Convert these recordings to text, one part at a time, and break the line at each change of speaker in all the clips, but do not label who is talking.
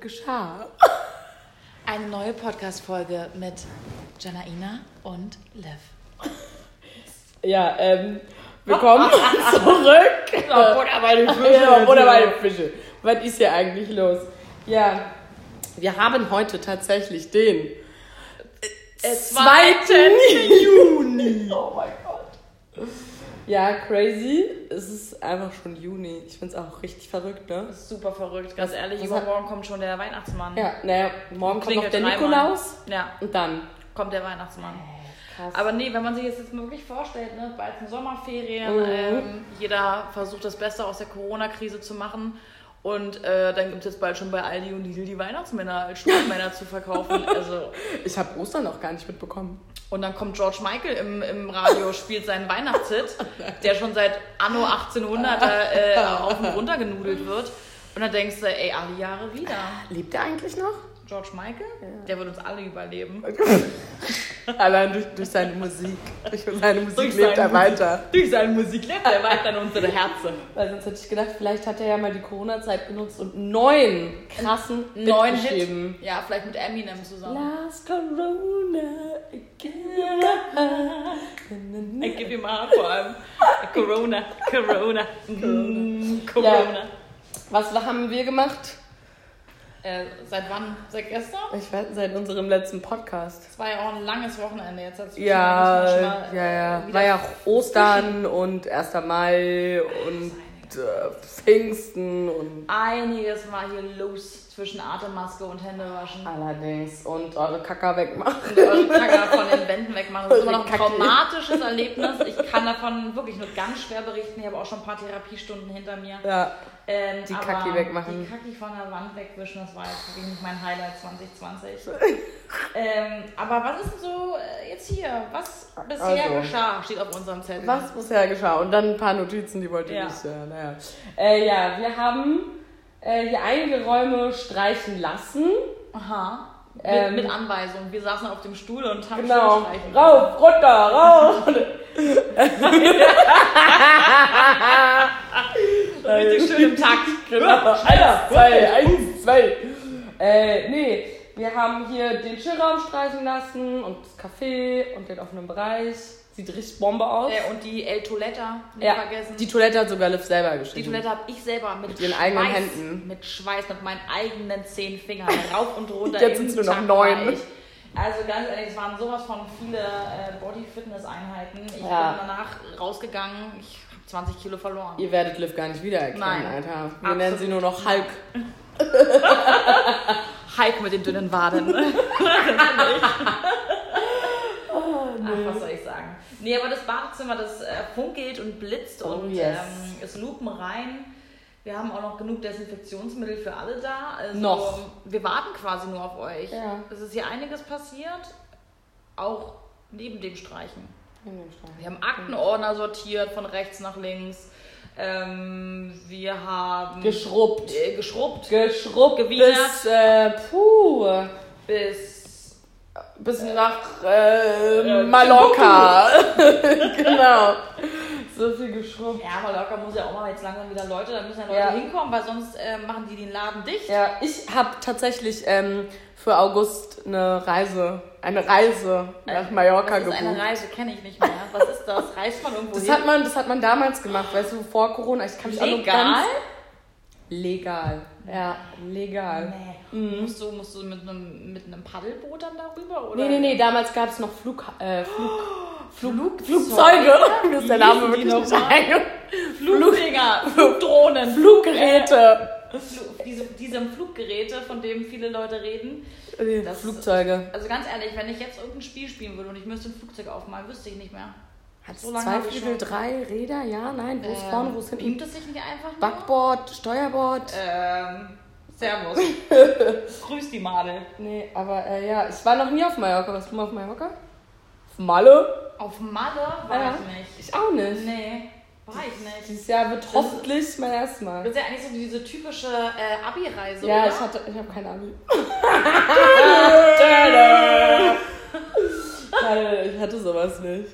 geschah.
Eine neue Podcast-Folge mit Janaina und Liv.
Ja, ähm, willkommen zurück.
Oder meine
Äh, Ja, oder meine Fische. Was ist hier eigentlich los? Ja, wir haben heute tatsächlich den Äh, zweiten Juni. Oh mein Gott. Ja, crazy. Es ist einfach schon Juni. Ich find's auch richtig verrückt, ne?
Super verrückt, ganz ehrlich.
Was hat-
Übermorgen kommt schon der Weihnachtsmann.
Ja, naja, morgen kommt noch
Klingelt
der
dreimal.
Nikolaus
Ja,
und dann.
kommt der Weihnachtsmann.
Krass.
Aber nee, wenn man sich das jetzt mal wirklich vorstellt, ne, bald sind Sommerferien,
Mhm.
ähm, jeder versucht das Beste aus der Corona-Krise zu machen. Und äh, dann gibt es jetzt bald schon bei Aldi und Lidl die Weihnachtsmänner als Schmuckmänner zu verkaufen. Also,
ich habe Ostern noch gar nicht mitbekommen.
und dann kommt George Michael im, im Radio, spielt seinen Weihnachtshit, der schon seit Anno 1800 äh, auf und runter genudelt wird. Und dann denkst du, ey, alle Jahre wieder.
Lebt er eigentlich noch?
George Michael, der wird uns alle überleben.
Allein durch, durch seine Musik. Durch seine Musik
Durch
lebt
seine
er weiter.
Durch seine Musik lebt er weiter in halt unsere Herzen.
Weil sonst hätte ich gedacht, vielleicht hat er ja mal die Corona-Zeit genutzt und einen neuen krassen
neuen
Hit
Hit.
geschrieben.
Ja, vielleicht mit Eminem zusammen.
Last Corona, I give you my
Ich
heart.
gebe ihm mal vor allem. Corona, Corona, mm, Corona.
Was haben wir gemacht?
Äh, seit wann? Seit gestern?
Ich weiß, seit unserem letzten Podcast.
Das war ja auch ein langes Wochenende jetzt. Dazwischen muss man schon
Ja,
mal, äh,
ja, ja.
wieder-
War ja auch Ostern und 1. Mai und äh, Pfingsten und
Einiges war hier los zwischen Atemmaske und Händewaschen.
allerdings und eure Kacker wegmachen.
Und eure Kacker von den Wänden wegmachen. Das ist immer noch ein
Kacke.
traumatisches Erlebnis. Ich kann davon wirklich nur ganz schwer berichten. Ich habe auch schon ein paar Therapiestunden hinter mir.
Ja.
Ähm,
Die
aber
Kacki wegmachen.
Die Kacki von der Wand wegwischen, das war jetzt wirklich nicht mein Highlight 2020. ähm, aber was ist denn so äh, jetzt hier? Was bisher
Also.
geschah, steht auf unserem Zettel.
Was bisher geschah? Und dann ein paar Notizen, die wollte ich
Ja.
nicht. Ja, naja. Äh, ja, wir haben äh, hier einige Räume streichen lassen.
Aha.
Ähm.
mit, mit Anweisung. Wir saßen auf dem Stuhl und haben
Genau.
Stuhlstreifen.
Rauf, runter, rauf.
Richtig schön im Takt.
genau. Einer, zwei, eins, zwei. Äh, nee, wir haben hier den Chillraum streichen lassen und das Café und den offenen Bereich. Sieht richtig Bombe aus.
Äh, und die El Toletta, nicht
ja,
vergessen.
die
Die,
Toilette hat sogar Liv selber geschrieben.
Toilette habe ich selber mit,
ihren
Schweiß,
eigenen Händen.
Mit Schweiß, mit meinen eigenen zehn Fingern. Rauf und runter.
Jetzt
im
sind's nur noch
Takt
neun.
war ich. Also ganz ehrlich, es waren sowas von viele äh, Body-Fitness-Einheiten. Ich
Ja.
bin danach rausgegangen, ich habe 20 Kilo verloren.
Ihr werdet Liv gar nicht wiedererkennen,
Nein.
Alter. Wir
Absolut
nennen sie nur noch Hulk.
Hike mit den dünnen Waden.
Oh,
Ach, was soll ich sagen? Nee, aber das Badezimmer, das äh, funkelt und blitzt
Oh,
und
yes.
ähm, es lupen rein. Wir haben auch noch genug Desinfektionsmittel für alle da. Also,
Noch.
Wir warten quasi nur auf euch.
Ja.
Es ist hier einiges passiert, auch neben dem Streichen. Wir
Mhm.
haben Aktenordner sortiert von rechts nach links. Ähm, wir haben
Geschrubbt.
äh, geschrubbt
geschrubbt
Gewienert.
bis äh, puh,
bis
bis nach äh,
äh,
Mallorca. genau. So viel geschrubbt.
Ja, aber locker muss ja auch mal jetzt langsam wieder Leute, da müssen ja Leute
Ja.
hinkommen, weil sonst äh, machen die den Laden dicht.
Ja, ich habe tatsächlich ähm, für August eine Reise, eine Reise nach Mallorca
das Äh, ist eine
gebucht.
Reise, kenne ich nicht mehr. Was ist das? Reist man irgendwo
Das
hin?
hat man, das hat man damals gemacht, weißt du, vor Corona. Ich kann mich auch noch
Legal?
ganz legal. Ja, legal.
Nee.
Mhm.
Musst, du, musst du mit einem, mit einem Paddelboot dann darüber? Oder?
Nee, nee, nee, damals gab es noch Flug, äh, Flug, Flug,
Flugzeuge?
Flugzeuge. Mir ist der Name
Wie hießen die
wirklich nicht
nochmal?
eingefallen.
Flugdinger, Flugdrohnen,
Fluggeräte.
Flu- diese, diese Fluggeräte, von denen viele Leute reden.
Äh,
Das-
Flugzeuge.
Also ganz ehrlich, wenn ich jetzt irgendein Spiel spielen würde und ich müsste ein Flugzeug aufmalen, wüsste ich nicht mehr.
Hat
so
so
lange
zwei
hab ich schon-
Flügel, drei Räder? Ja, nein. Wo ist
Ähm,
vorne, wo ist hinten?
Beamt es sich nicht einfach nur?
Backboard, Steuerbord.
Ähm, servus. Grüß die Madel.
Nee, aber äh, ja, ich war noch nie auf Mallorca. Warst du mal auf Mallorca? Auf Malle?
Auf Malle war
Ja.
ich nicht.
Ich auch nicht.
Nee, war ich nicht.
Dieses Jahr wird hoffentlich mein erstes
Das
Mal.
ist ja eigentlich so diese typische äh, Abi-Reise,
Ja,
oder?
ich, hatte, ich habe keine Ahnung. Ich hatte sowas nicht.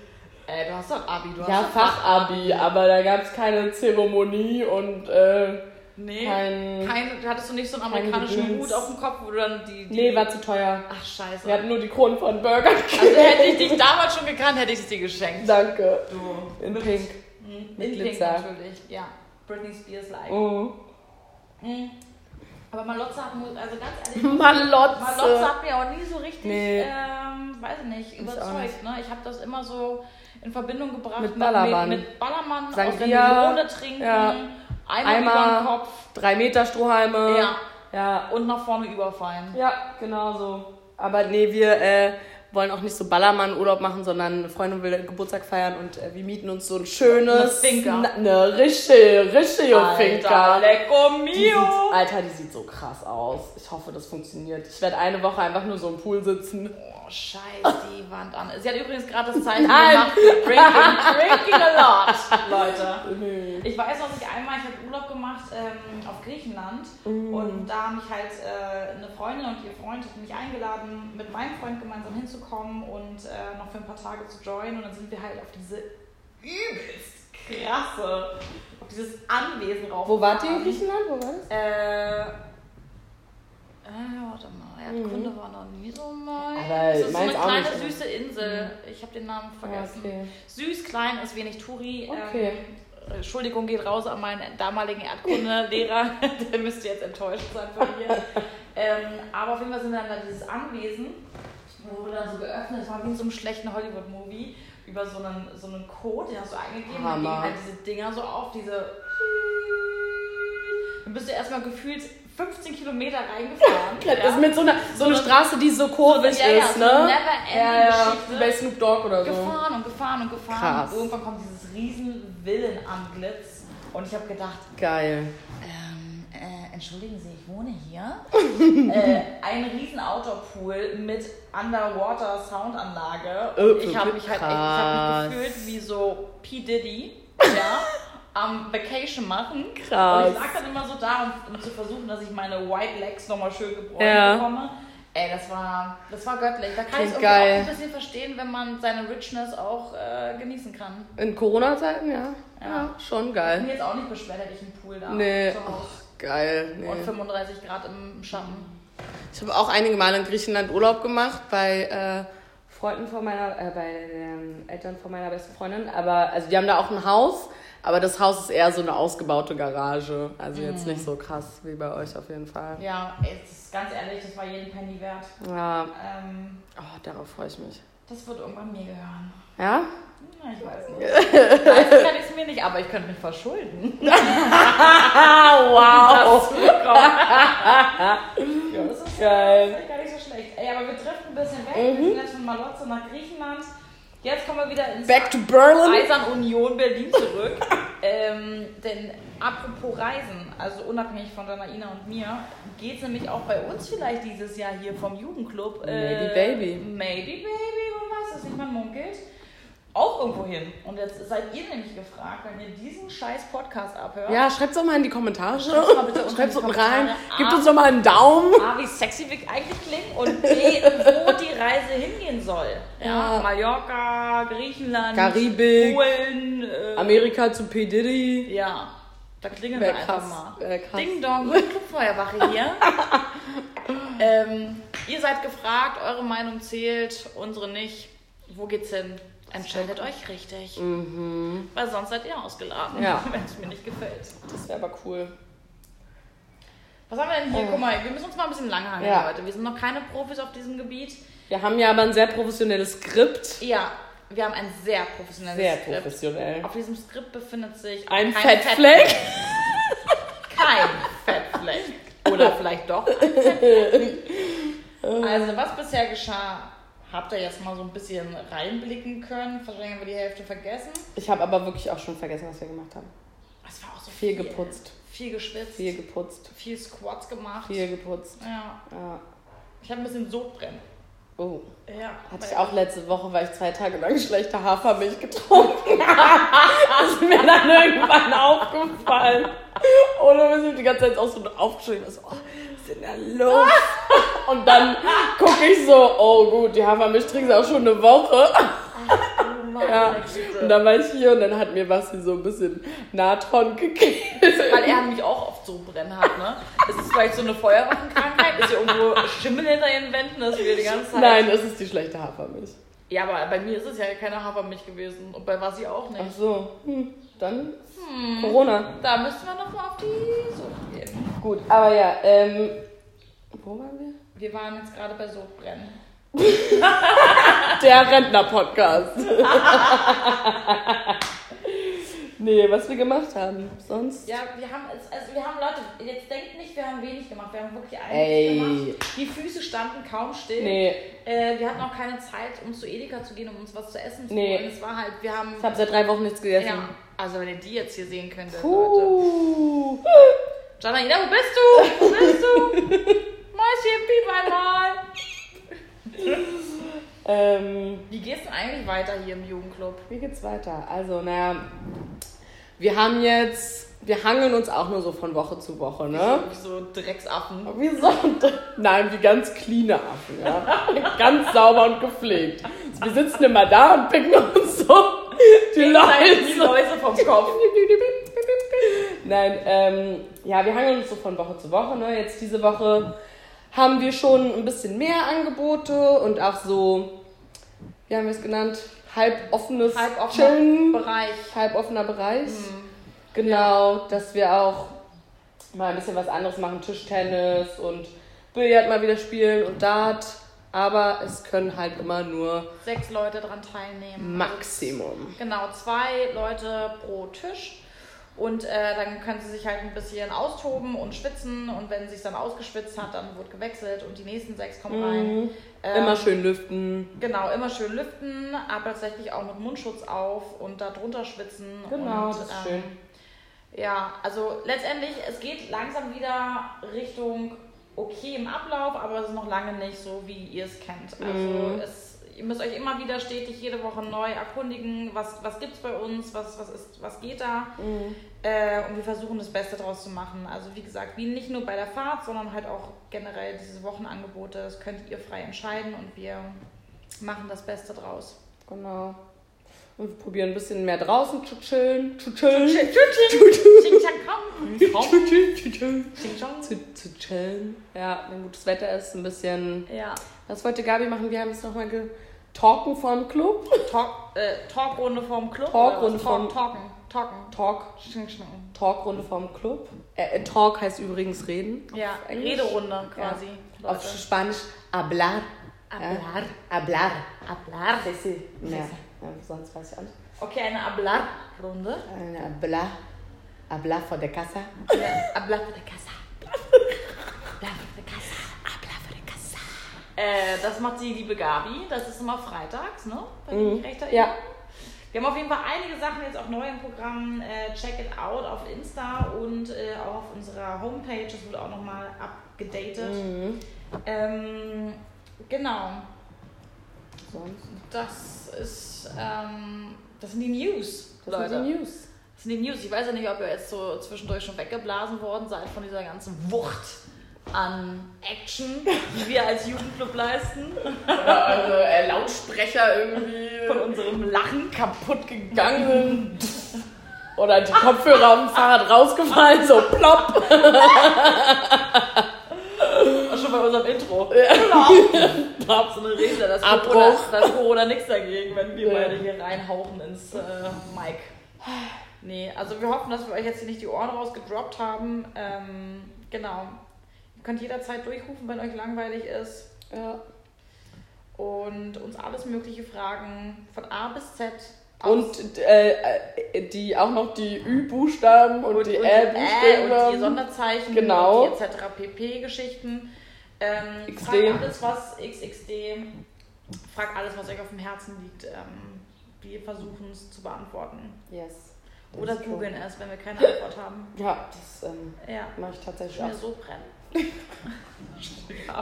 Äh, du hast doch Abi, du
Ja,
hast doch
Fachabi, aber da gab es keine Zeremonie und äh,
Nee.
Kein-
Kein, hattest du nicht so einen
kein
amerikanischen
Gedöns.
Hut auf dem Kopf, wo du dann die. die
Nee, war zu teuer.
Ach, scheiße.
Wir hatten nur die Kronen von Burger King.
also hätte ich dich damals schon gekannt, hätte ich es dir geschenkt.
Danke.
Du.
In Pink.
Mhm.
Mit
In Pink
Glitzer.
natürlich, ja. Britney Spears like.
Mhm.
Mhm. Aber Malotze hat, mu- also ganz ehrlich,
Malotze.
Malotze hat mir auch nie so richtig,
äh, Nee.
ähm, weiß ich nicht,
auch
überzeugt. Ne? Ich habe das immer so in Verbindung gebracht
Mit Ballermann.
Mit, mit Ballermann,
Sangria.
aus der Melone trinken,
Ja.
einmal,
Eimer.
über den Kopf
Drei Meter Strohhalme.
Ja.
Ja,
und nach vorne überfallen.
ja genau so. Aber nee, wir äh, wollen auch nicht so Ballermann-Urlaub machen, sondern eine Freundin will Geburtstag feiern und äh, wir mieten uns so ein schönes...
Eine Finca.
Na- Eine richtige, richtige Finca.
Alter, lecco
Die sieht,
mio!
Alter, die sieht so krass aus. Ich hoffe, das funktioniert. Ich werde eine Woche einfach nur so im Pool sitzen.
Oh, scheiß die Wand an. Sie hat übrigens gerade das Zeichen
Nein.
gemacht. Drinking, drinking a lot, Leute.
Nee.
Ich weiß, dass ich einmal, ich habe Urlaub gemacht ähm, auf Griechenland
Mhm.
und da haben mich halt äh, eine Freundin und ihr Freund hat mich eingeladen, mit meinem Freund gemeinsam hinzukommen und äh, noch für ein paar Tage zu joinen und dann sind wir halt auf diese übelst krasse, auf dieses Anwesen rauf.
Wo wart ihr in Griechenland? Wo war das?
Äh, äh, warte mal, Erdkunde war noch nie so meins.
Mhm. Aber
Es ist so eine
meins auch
kleine
nicht, Mhm. Ah,
süße Insel. Ich habe den Namen vergessen.
okay.
Süß, klein, ist wenig Touri.
Okay.
Ähm, Entschuldigung geht raus an meinen damaligen Erdkundelehrer. Der müsste jetzt enttäuscht sein von mir. ähm, aber auf jeden Fall sind dann da dieses Anwesen, wo wir dann so geöffnet haben, wie in so einem schlechten Hollywood-Movie, über so einen, so einen Code, den hast du eingegeben. Dann gingen
Hammer.
halt diese Dinger so auf, diese. Dann bist du erstmal gefühlt 15 Kilometer reingefahren.
Das ist mit so einer so eine Straße, die so kurvig
Ja, ja,
ist,
so
ne?
eine never-ending Geschichte.
Wie bei Snoop Dogg oder so.
gefahren und gefahren und gefahren.
Also Krass.
Und irgendwann kommt dieses riesen Villenanglitz. Und ich habe gedacht,
Geil.
ähm, äh, entschuldigen Sie, ich wohne hier. äh, ein riesen Outdoor-Pool mit Underwater-Soundanlage. Und
Äh,
ich habe mich halt echt, ich hab mich
krass.
gefühlt wie so P. Diddy, ja, am Vacation machen.
Krass.
Und ich lag dann immer so da, um, um zu versuchen, dass ich meine White Legs nochmal schön gebräunt
Ja.
bekomme. Ey, das war, das war göttlich. Da kann
Klingt
ich irgendwie
geil.
auch ein bisschen verstehen, wenn man seine Richness auch äh, genießen kann.
In Corona-Zeiten, ja. ja.
Ja.
schon
Ich bin
geil.
jetzt auch nicht beschwert, hätte ich einen Pool da
Nee.
zu Hause.
Och, geil. Nee.
Und 35 Grad im Schatten.
Ich habe auch einige Male in Griechenland Urlaub gemacht bei äh, Freunden von meiner, äh, bei den Eltern von meiner besten Freundin. Aber also die haben da auch ein Haus, aber das Haus ist eher so eine ausgebaute Garage. Also jetzt nicht so krass wie bei euch auf jeden Fall.
Ja, ey, es ist ganz ehrlich, das war jeden Penny wert.
Ja,
Ähm,
oh, darauf freue ich mich.
das wird irgendwann mir gehören.
Ja?
Na, ich weiß nicht. Leisten kann ich es mir nicht, aber ich könnte mich verschulden.
Ah, wow!
ja, das ist
Geil.
Das ist gar nicht so schlecht. Ey, aber wir driften ein bisschen weg. Wir sind jetzt von Malotze nach Griechenland. Jetzt kommen wir wieder ins
Back to Berlin!
Eisern Union Berlin zurück. ähm, denn apropos Reisen, also unabhängig von deiner Ina und mir, geht es nämlich auch bei uns vielleicht dieses Jahr hier vom Jugendclub. äh,
Maybe Baby.
Maybe Baby, man weiß es nicht, man munkelt. Auch irgendwo hin. Und jetzt seid ihr nämlich gefragt, wenn ihr diesen scheiß Podcast abhört.
Ja, schreibt's doch mal in die Kommentare.
Schreibt's mal bitte unten in die
Schreibt's unten rein.
Kommentare.
Gebt uns doch mal einen Daumen.
A, wie sexy wir eigentlich klingen und B, wo die Reise hingehen soll. Ja,
Ja.
Mallorca, Griechenland,
Karibik.
Polen, äh,
Amerika zu P. Diddy.
Ja, da klingeln
Wär
wir einfach
krass,
mal.
wär krass.
Ding Dong, Clubfeuerwache hier. ähm, ihr seid gefragt, eure Meinung zählt, unsere nicht. Wo geht's hin? Entscheidet euch richtig. Weil sonst seid ihr ausgeladen,
Mhm. Ja.
wenn es mir nicht gefällt.
Das wäre aber cool.
Was haben wir denn hier? Guck mal, wir müssen uns mal ein bisschen langhangeln,
Oh. Ja.
Leute. Wir sind noch keine Profis auf diesem Gebiet.
Wir haben ja aber ein sehr professionelles Skript.
Ja, wir haben ein sehr professionelles
Sehr
Skript.
professionell.
Auf diesem Skript befindet sich
Ein
kein
Fettfleck.
kein Fettfleck. Oder vielleicht doch ein Fettfleck. Also, was bisher geschah, habt ihr jetzt mal so ein bisschen reinblicken können. Wahrscheinlich haben wir die Hälfte vergessen.
Ich habe aber wirklich auch schon vergessen, was wir gemacht haben.
Es war auch so
Viel
viel.
geputzt.
Viel geschwitzt.
Viel
Viel,
geputzt.
Squats gemacht.
Viel geputzt.
Ja.
Ja.
Ich habe ein bisschen Sodbrennen.
Oh.
Ja.
Hatte ich auch letzte Woche, weil ich zwei Tage lang schlechte Hafermilch getrunken habe. Das ist mir dann irgendwann aufgefallen. Und dann bin ich die ganze Zeit auch so aufgeschrieben. So, oh, was ist denn da los? Und dann gucke ich so, oh gut, die Hafermilch trinken sie auch schon eine Woche.
Oh Mann,
Ja.
meine Güte.
Und dann war ich hier und dann hat mir Basti so ein bisschen Natron gegeben.
Weil er nämlich auch oft so brennen hat, ne? Ist es vielleicht so eine Feuerwachenkrankheit? Ist hier irgendwo Schimmel hinter den Wänden, dass wir die ganze Zeit.
Nein, es ist die schlechte Hafermilch.
Ja, aber bei mir ist es ja keine Hafermilch gewesen. Und bei Vasi auch
Ach
nicht.
so, hm. dann ist Corona.
Da müssen wir nochmal auf die Suche gehen.
Gut, aber ja, ähm, wo waren wir?
Wir waren jetzt gerade bei Sodbrennen.
Der Rentner-Podcast. nee, was wir gemacht haben. Sonst.
Ja, wir haben es, also wir haben Leute, jetzt denkt nicht, wir haben wenig gemacht, wir haben wirklich
Ey.
einiges gemacht. Die Füße standen kaum still.
Nee,
Äh, wir hatten auch keine Zeit, um zu Edeka zu gehen, um uns was zu essen zu
Nee.
holen. Es war halt, wir haben.
ich habe seit drei Wochen nichts gegessen.
Ja, also wenn ihr die jetzt hier sehen könntet, Leute.
Puh.
Janaina, wo bist du? Wo bist du? Mäuschen, piep einmal.
Ähm,
Wie geht's denn eigentlich weiter hier im Jugendclub?
wie geht's weiter? Also, naja, wir haben jetzt. Wir hangeln uns auch nur so von Woche zu Woche, ne?
Wie so Drecksaffen.
Wie so, nein, wie ganz cleane Affen, ja. Ganz sauber und gepflegt. Wir sitzen immer da und picken uns so die
Die
Leute.
Läuse vom Kopf.
Nein, ähm, ja, wir hangeln uns so von Woche zu Woche. Ne? Jetzt diese Woche haben wir schon ein bisschen mehr Angebote und auch so, wie haben wir es genannt, halboffenes
Halb auf
Chillen,
Bereich.
halboffener Bereich. Genau, dass wir auch mal ein bisschen was anderes machen, Tischtennis und Billard mal wieder spielen und Dart. Aber es können halt immer nur
Sechs Leute dran teilnehmen.
Maximum.
Genau, zwei Leute pro Tisch. Und äh, dann können sie sich halt ein bisschen austoben und schwitzen. Und wenn sie sich dann ausgeschwitzt hat, dann wird gewechselt und die nächsten sechs kommen rein. Ähm,
Mhm. Immer schön lüften.
Genau, immer schön lüften, aber tatsächlich auch mit Mundschutz auf und da drunter schwitzen.
Genau,
und,
das ist
ähm,
schön.
Ja, also letztendlich, es geht langsam wieder Richtung okay im Ablauf, aber es ist noch lange nicht so, wie ihr es kennt. Also
Mhm.
es, ihr müsst euch immer wieder stetig jede Woche neu erkundigen, was, was gibt's bei uns, was, was, ist, was geht da.
Mhm.
Äh, und wir versuchen das Beste draus zu machen. Also wie gesagt, wie nicht nur bei der Fahrt, sondern halt auch generell diese Wochenangebote, das könnt ihr frei entscheiden und wir machen das Beste draus.
Genau. Und wir probieren ein bisschen mehr draußen zu chillen. Zu chillen.
Tschüss, tschüss, tschüss, tschüss,
Zu
tschüss,
chillen, zu chillen.
tschüss,
Zu,
tschüss.
zu chillen. Ja, wenn gutes Wetter ist, ein bisschen.
Ja.
Was wollte Gabi machen? Wir haben jetzt nochmal getalken vorm Club.
Talk, äh, Talkrunde vom Club.
Talkrunde
oder was?
vom-
Talk, Talken. Talken.
Talk.
Schnick, schnacken.
Talkrunde vorm Club. Äh, äh, Talk heißt übrigens reden.
Ja,
Auf Englisch.
Rederunde quasi.
Ja. Auf Spanisch hablar.
Hablar.
Ja. Hablar.
Ablar.
Ja. ja, sonst weiß ich auch nicht.
Okay, eine Ablar-Runde.
Eine Hablar. Hablar vor der Casa.
Ja, Ablar für die Kasse. Ablar für die Kasse.
Hablar vor der Casa.
Äh, das macht die liebe Gabi. Das ist immer freitags, ne? Wenn ich mich recht erinnere.
Mhm. Ja,
Wir haben auf jeden Fall einige Sachen jetzt auch neu im Programm. Äh, check it out auf Insta und äh, auch auf unserer Homepage. Das wird auch nochmal abgedatet.
Mhm.
Ähm, genau.
sonst.
Das ist, ähm, das sind die News,
Das
Leute.
sind die News.
Das sind die News. Ich weiß ja nicht, ob ihr jetzt so zwischendurch schon weggeblasen worden seid von dieser ganzen Wucht an Action, die wir als Jugendclub leisten.
also Lautsprecher irgendwie
Von unserem Lachen kaputt gegangen.
gegangen sind. Oder die Kopfhörer auf dem Fahrrad rausgefallen, so plopp.
Auch schon bei unserem Intro. Genau. so eine Regel, dass Corona,
Abbruch.
dass Corona nichts dagegen, wenn wir
Ja.
beide hier reinhauchen ins äh, Mic. Nee, also wir hoffen, dass wir euch jetzt hier nicht die Ohren rausgedroppt haben. Ähm, genau. Ihr könnt jederzeit durchrufen, wenn euch langweilig ist.
Ja.
Und uns alles mögliche fragen. Von A bis Z.
Und äh, äh, die auch noch die Ü-Buchstaben und, die
Ä und die
Ä-Buchstaben.
Sonderzeichen
Genau.
und die etc. pp-Geschichten. Ähm,
XD.
frag alles, was XXD, frag alles, was euch auf dem Herzen liegt. Ähm, wir versuchen es zu beantworten.
yes.
Oder googeln es, wenn wir keine Antwort haben.
Ja, das ähm,
Ja,
mache ich tatsächlich
mir
auch.
so brennen.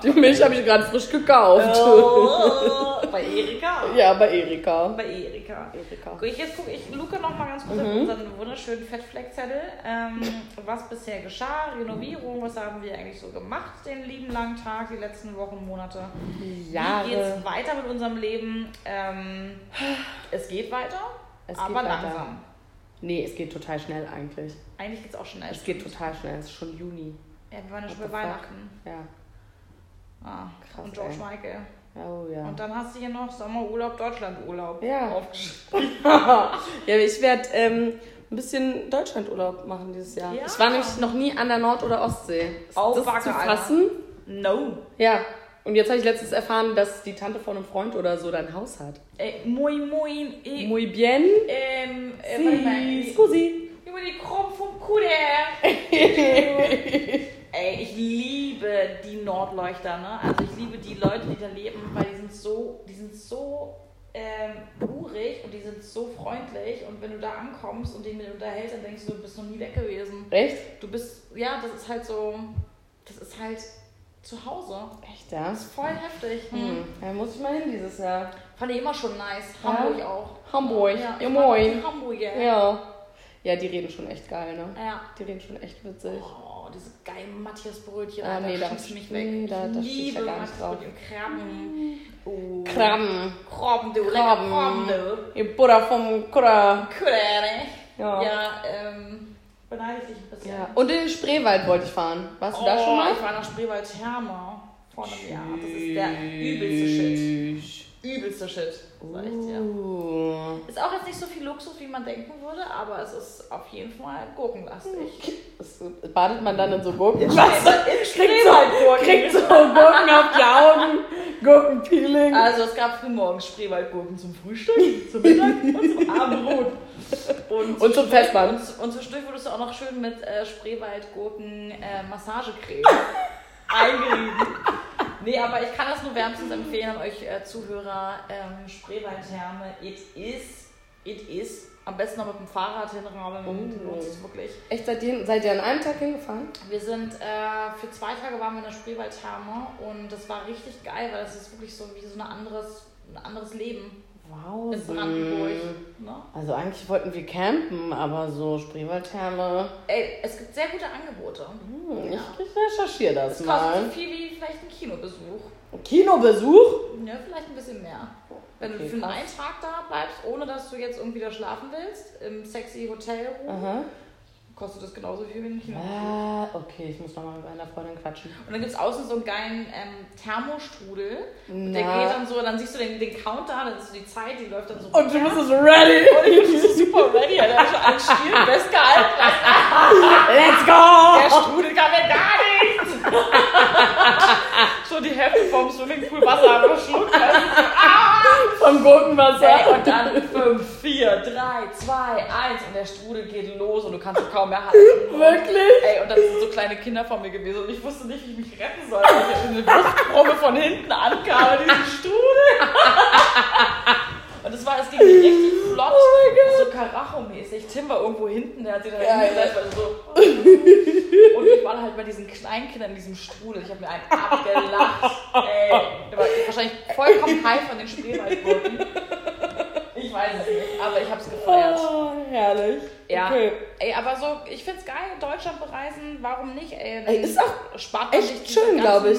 Die Milch habe ich gerade frisch gekauft.
Oh, bei Erika.
Ja, bei Erika.
Bei Erika.
Erika.
Gut, Jetzt gucke ich Luca noch mal ganz kurz auf
Mhm.
unseren wunderschönen Fettfleckzettel. Ähm, was bisher geschah, Renovierung, was haben wir eigentlich so gemacht den lieben langen Tag, die letzten Wochen, Monate. Wie geht es
Jahre.
weiter mit unserem Leben? Ähm, es geht weiter,
Es geht
aber
weiter.
langsam.
Nee, es geht total schnell eigentlich.
Eigentlich geht es auch schnell.
Es geht total schnell. Es ist schon Juni.
Ja, wir waren ja schon
What
bei
the fuck?
Weihnachten.
Ja.
Ah,
Krass,
und George
ey.
Michael.
Oh ja.
Und dann hast du hier noch Sommerurlaub, Deutschlandurlaub
Ja.
aufgeschrieben.
ja, ich werde ähm, ein bisschen Deutschlandurlaub machen dieses Jahr.
Ja.
Ich war nämlich noch nie an der Nord- oder Ostsee. Ist
Au,
das
Backe,
zu
Alter.
fassen?
No.
Ja. Und jetzt habe ich letztens erfahren, dass die Tante von einem Freund oder so da ein Haus hat.
Ey, moin, moin. Ich,
Muy bien.
Ähm, äh, warte mal.
Si,
Ich-
scusi.
Über die Krumm vom Kuder. Ey, ich liebe die Nordleuchter, ne? Also ich liebe die Leute, die da leben, weil die sind so, die sind so ähm, urig und die sind so freundlich. Und wenn du da ankommst und die mit unterhältst, dann denkst du, du bist noch nie weg gewesen.
Echt?
Du bist, ja, das ist halt so, das ist halt zu Hause.
Echt, ja?
Das ist voll heftig.
Hm. Da muss ich mal hin dieses Jahr.
Fand ich immer schon nice.
Ja?
Hamburg auch.
Hamburg.
Ja,
Ja,
ich mag auch
moin.
die Hamburger.
Ja. Ja, die reden schon echt geil, ne?
ja.
Die reden schon echt witzig.
Oh, diese geilen Matthias-Brötchen.
Ah,
Alter,
nee, da-
schießt mich weg.
nee, da- da
ich
stehe ich ja
liebe
gar nicht drauf.
Matthias-Brötchen. Krabben. Oh.
Krabben.
Krabben, du.
Krabben.
Krabben. Krabben, du.
Ihr Buddha vom Kura.
Krabben.
Ja.
Ja, ähm, beneide ich dich ein bisschen.
ja. Und in den Spreewald wollte ich fahren. Warst du
oh,
da schon mal?
ich war nach Spreewald Therma vor einem Jahr. Oh, Das ist der übelste Shit. Übelste Shit, sag ich dir.
Uh.
Ist auch jetzt nicht so viel Luxus, wie man denken würde, aber es ist auf jeden Fall gurkenlastig. Also
Das- Badet man dann in Hm. so Gurken?
Im Spreewaldgurken.
Kriegt so Gurken auf die Augen, Gurkenpeeling.
Also es gab frühmorgens Spreewaldgurken zum Frühstück, zum Mittag und zum Abendbrot. Und,
Und zum Festband.
Und, und zwischendurch wurdest du auch noch schön mit äh, Spreewaldgurken äh, Massagecreme eingerieben. Nee, aber ich kann das nur wärmstens empfehlen an euch äh, Zuhörer. Ähm, Spreewaldtherme, it is, it is. Am besten noch mit dem Fahrrad hinrahmen,
Oh.
lohnt sich wirklich.
Echt, seid ihr, seid ihr an einem Tag hingefahren?
Wir sind äh, für zwei Tage waren wir in der Spreewaldtherme und das war richtig geil, weil das ist wirklich so wie so ein anderes, ein anderes Leben
Wow.
in Brandenburg. Ne?
Also eigentlich wollten wir campen, aber so Spreewaldtherme.
Ey, es gibt sehr gute Angebote.
Hm, ich, ich recherchiere das,
Es kostet so
mal.
viel wie vielleicht ein Kinobesuch.
Kinobesuch?
Ja, vielleicht ein bisschen mehr. Wenn
Okay,
du für
krass.
einen Tag da bleibst, ohne dass du jetzt irgendwie da schlafen willst, im sexy Hotel,
Aha.
kostet das genauso viel wie ein Kinobesuch.
Ah, okay, ich muss nochmal mit meiner Freundin quatschen.
Und dann gibt es außen so einen geilen ähm, Thermostrudel. Und der
Na.
geht dann so, dann siehst du den, den Counter, dann ist so die Zeit, die läuft dann Oh, so.
Und du bist es ready.
super ready, der hat schon alles Spiel festgehalten.
Let's go!
Der Strudel kann mir gar nichts. so die Hälfte vom Swimmingpool Wasser verschluckt.
Vom Gurkenwasser.
Ey, und dann 5, 4, 3, 2, 1 und der Strudel geht los und du kannst es kaum mehr halten.
Wirklich?
Ey, und dann sind so kleine Kinder vor mir gewesen und ich wusste nicht, wie ich mich retten soll, weil ich eine Luftprobe von hinten ankam und diesen Strudel. Und es war, es ging richtig flott, so Karacho-mäßig. Tim war irgendwo hinten, der hat sich da
Oh Ja,
hingesetzt, weil so. Und ich war halt bei diesen Kleinkindern in diesem Strudel. Ich habe mir einen abgelacht. Ey, der war wahrscheinlich vollkommen high von den Spielwaldgurken. Ich weiß es nicht, aber ich habe es gefeiert.
Oh, herrlich.
Ja.
Okay.
Ey, aber so, ich find's geil, Deutschland bereisen, warum nicht, ey?
Ey, ist
auch spart man
echt
sich diese
schön,
ganzen
glaub ich.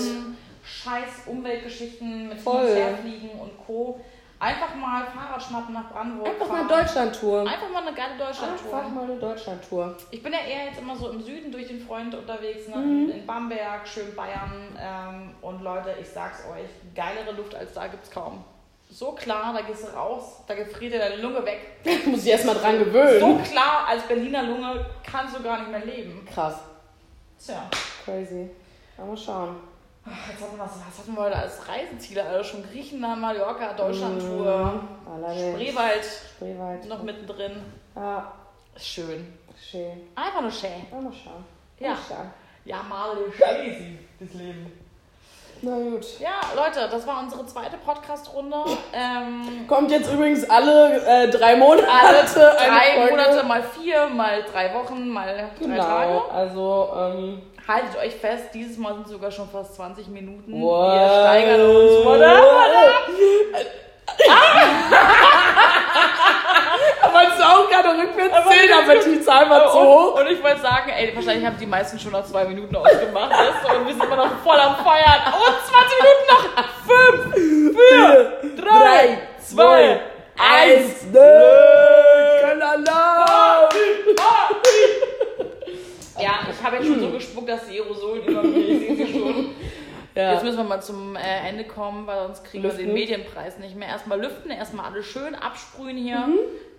Scheiß Umweltgeschichten mit
Voll.
Fliegen und Co. Einfach mal Fahrrad schnappen nach Brandenburg.
Einfach mal
fahren.
Deutschland-Tour.
Einfach mal eine geile
Einfach
Deutschlandtour.
mal eine Deutschland-Tour.
Ich bin ja eher jetzt immer so im Süden durch den Freund unterwegs, ne?
Mhm.
in Bamberg, schön Bayern. Ähm, und Leute, ich sag's euch, geilere Luft als da gibt's kaum. So klar, da gehst du raus, da gefriert dir deine Lunge weg.
Muss ich erst mal dran gewöhnen.
So klar, als Berliner Lunge kannst du gar nicht mehr leben.
krass.
Tja,
Crazy. Mal mal schauen.
Ach, jetzt hatten wir, was, was hatten wir heute als Reiseziele? Also schon Griechenland, Mallorca, Deutschlandtour,
Hm. Allerdings.
Spreewald
Spreewald.
noch mittendrin.
Ja,
Ist Schön.
schön.
Einfach nur schön.
Ja, mal schauen.
Ja.
Mal schauen.
Ja, mal schön. das Leben.
Na gut.
Ja, Leute, das war unsere zweite Podcast-Runde. Ähm,
Kommt jetzt übrigens alle äh, drei Monate.
alle
eine
drei
Folge.
Monate mal vier, mal drei Wochen, mal drei
Genau.
Tage.
Also, ähm.
Haltet euch fest, dieses Mal sind sogar schon fast 20 Minuten.
Wow.
Wir steigern uns. Oder?
Ah! Aber es ist auch gerade rückwärts zählen, aber die Zahl war zu hoch.
Äh, Und, und ich wollte sagen, ey, wahrscheinlich haben die meisten schon nach zwei Minuten ausgemacht. weißt du, und wir sind immer noch voll am Feiern. Und 20 Minuten noch. Fünf, vier, drei, zwei, eins.
Kölner
Ja, ich habe jetzt schon so gespuckt, dass die Aerosolen über mir, ich sehe sie schon. Jetzt müssen wir mal zum äh, Ende kommen, weil sonst kriegen wir den
Lüften.
Medienpreis nicht mehr. Erstmal lüften, erstmal alles schön absprühen hier.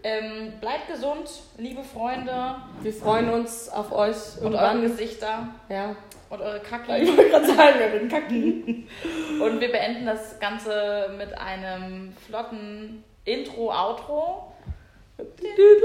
Ähm, bleibt gesund, liebe Freunde
Wir freuen uns auf euch
und eure
irgendwann.
Gesichter
Ja.
und eure
Ich
Kacke.
wollte gerade sagen, wir werden kacken.
Und wir beenden das Ganze mit einem flotten Intro-Outro.
Du,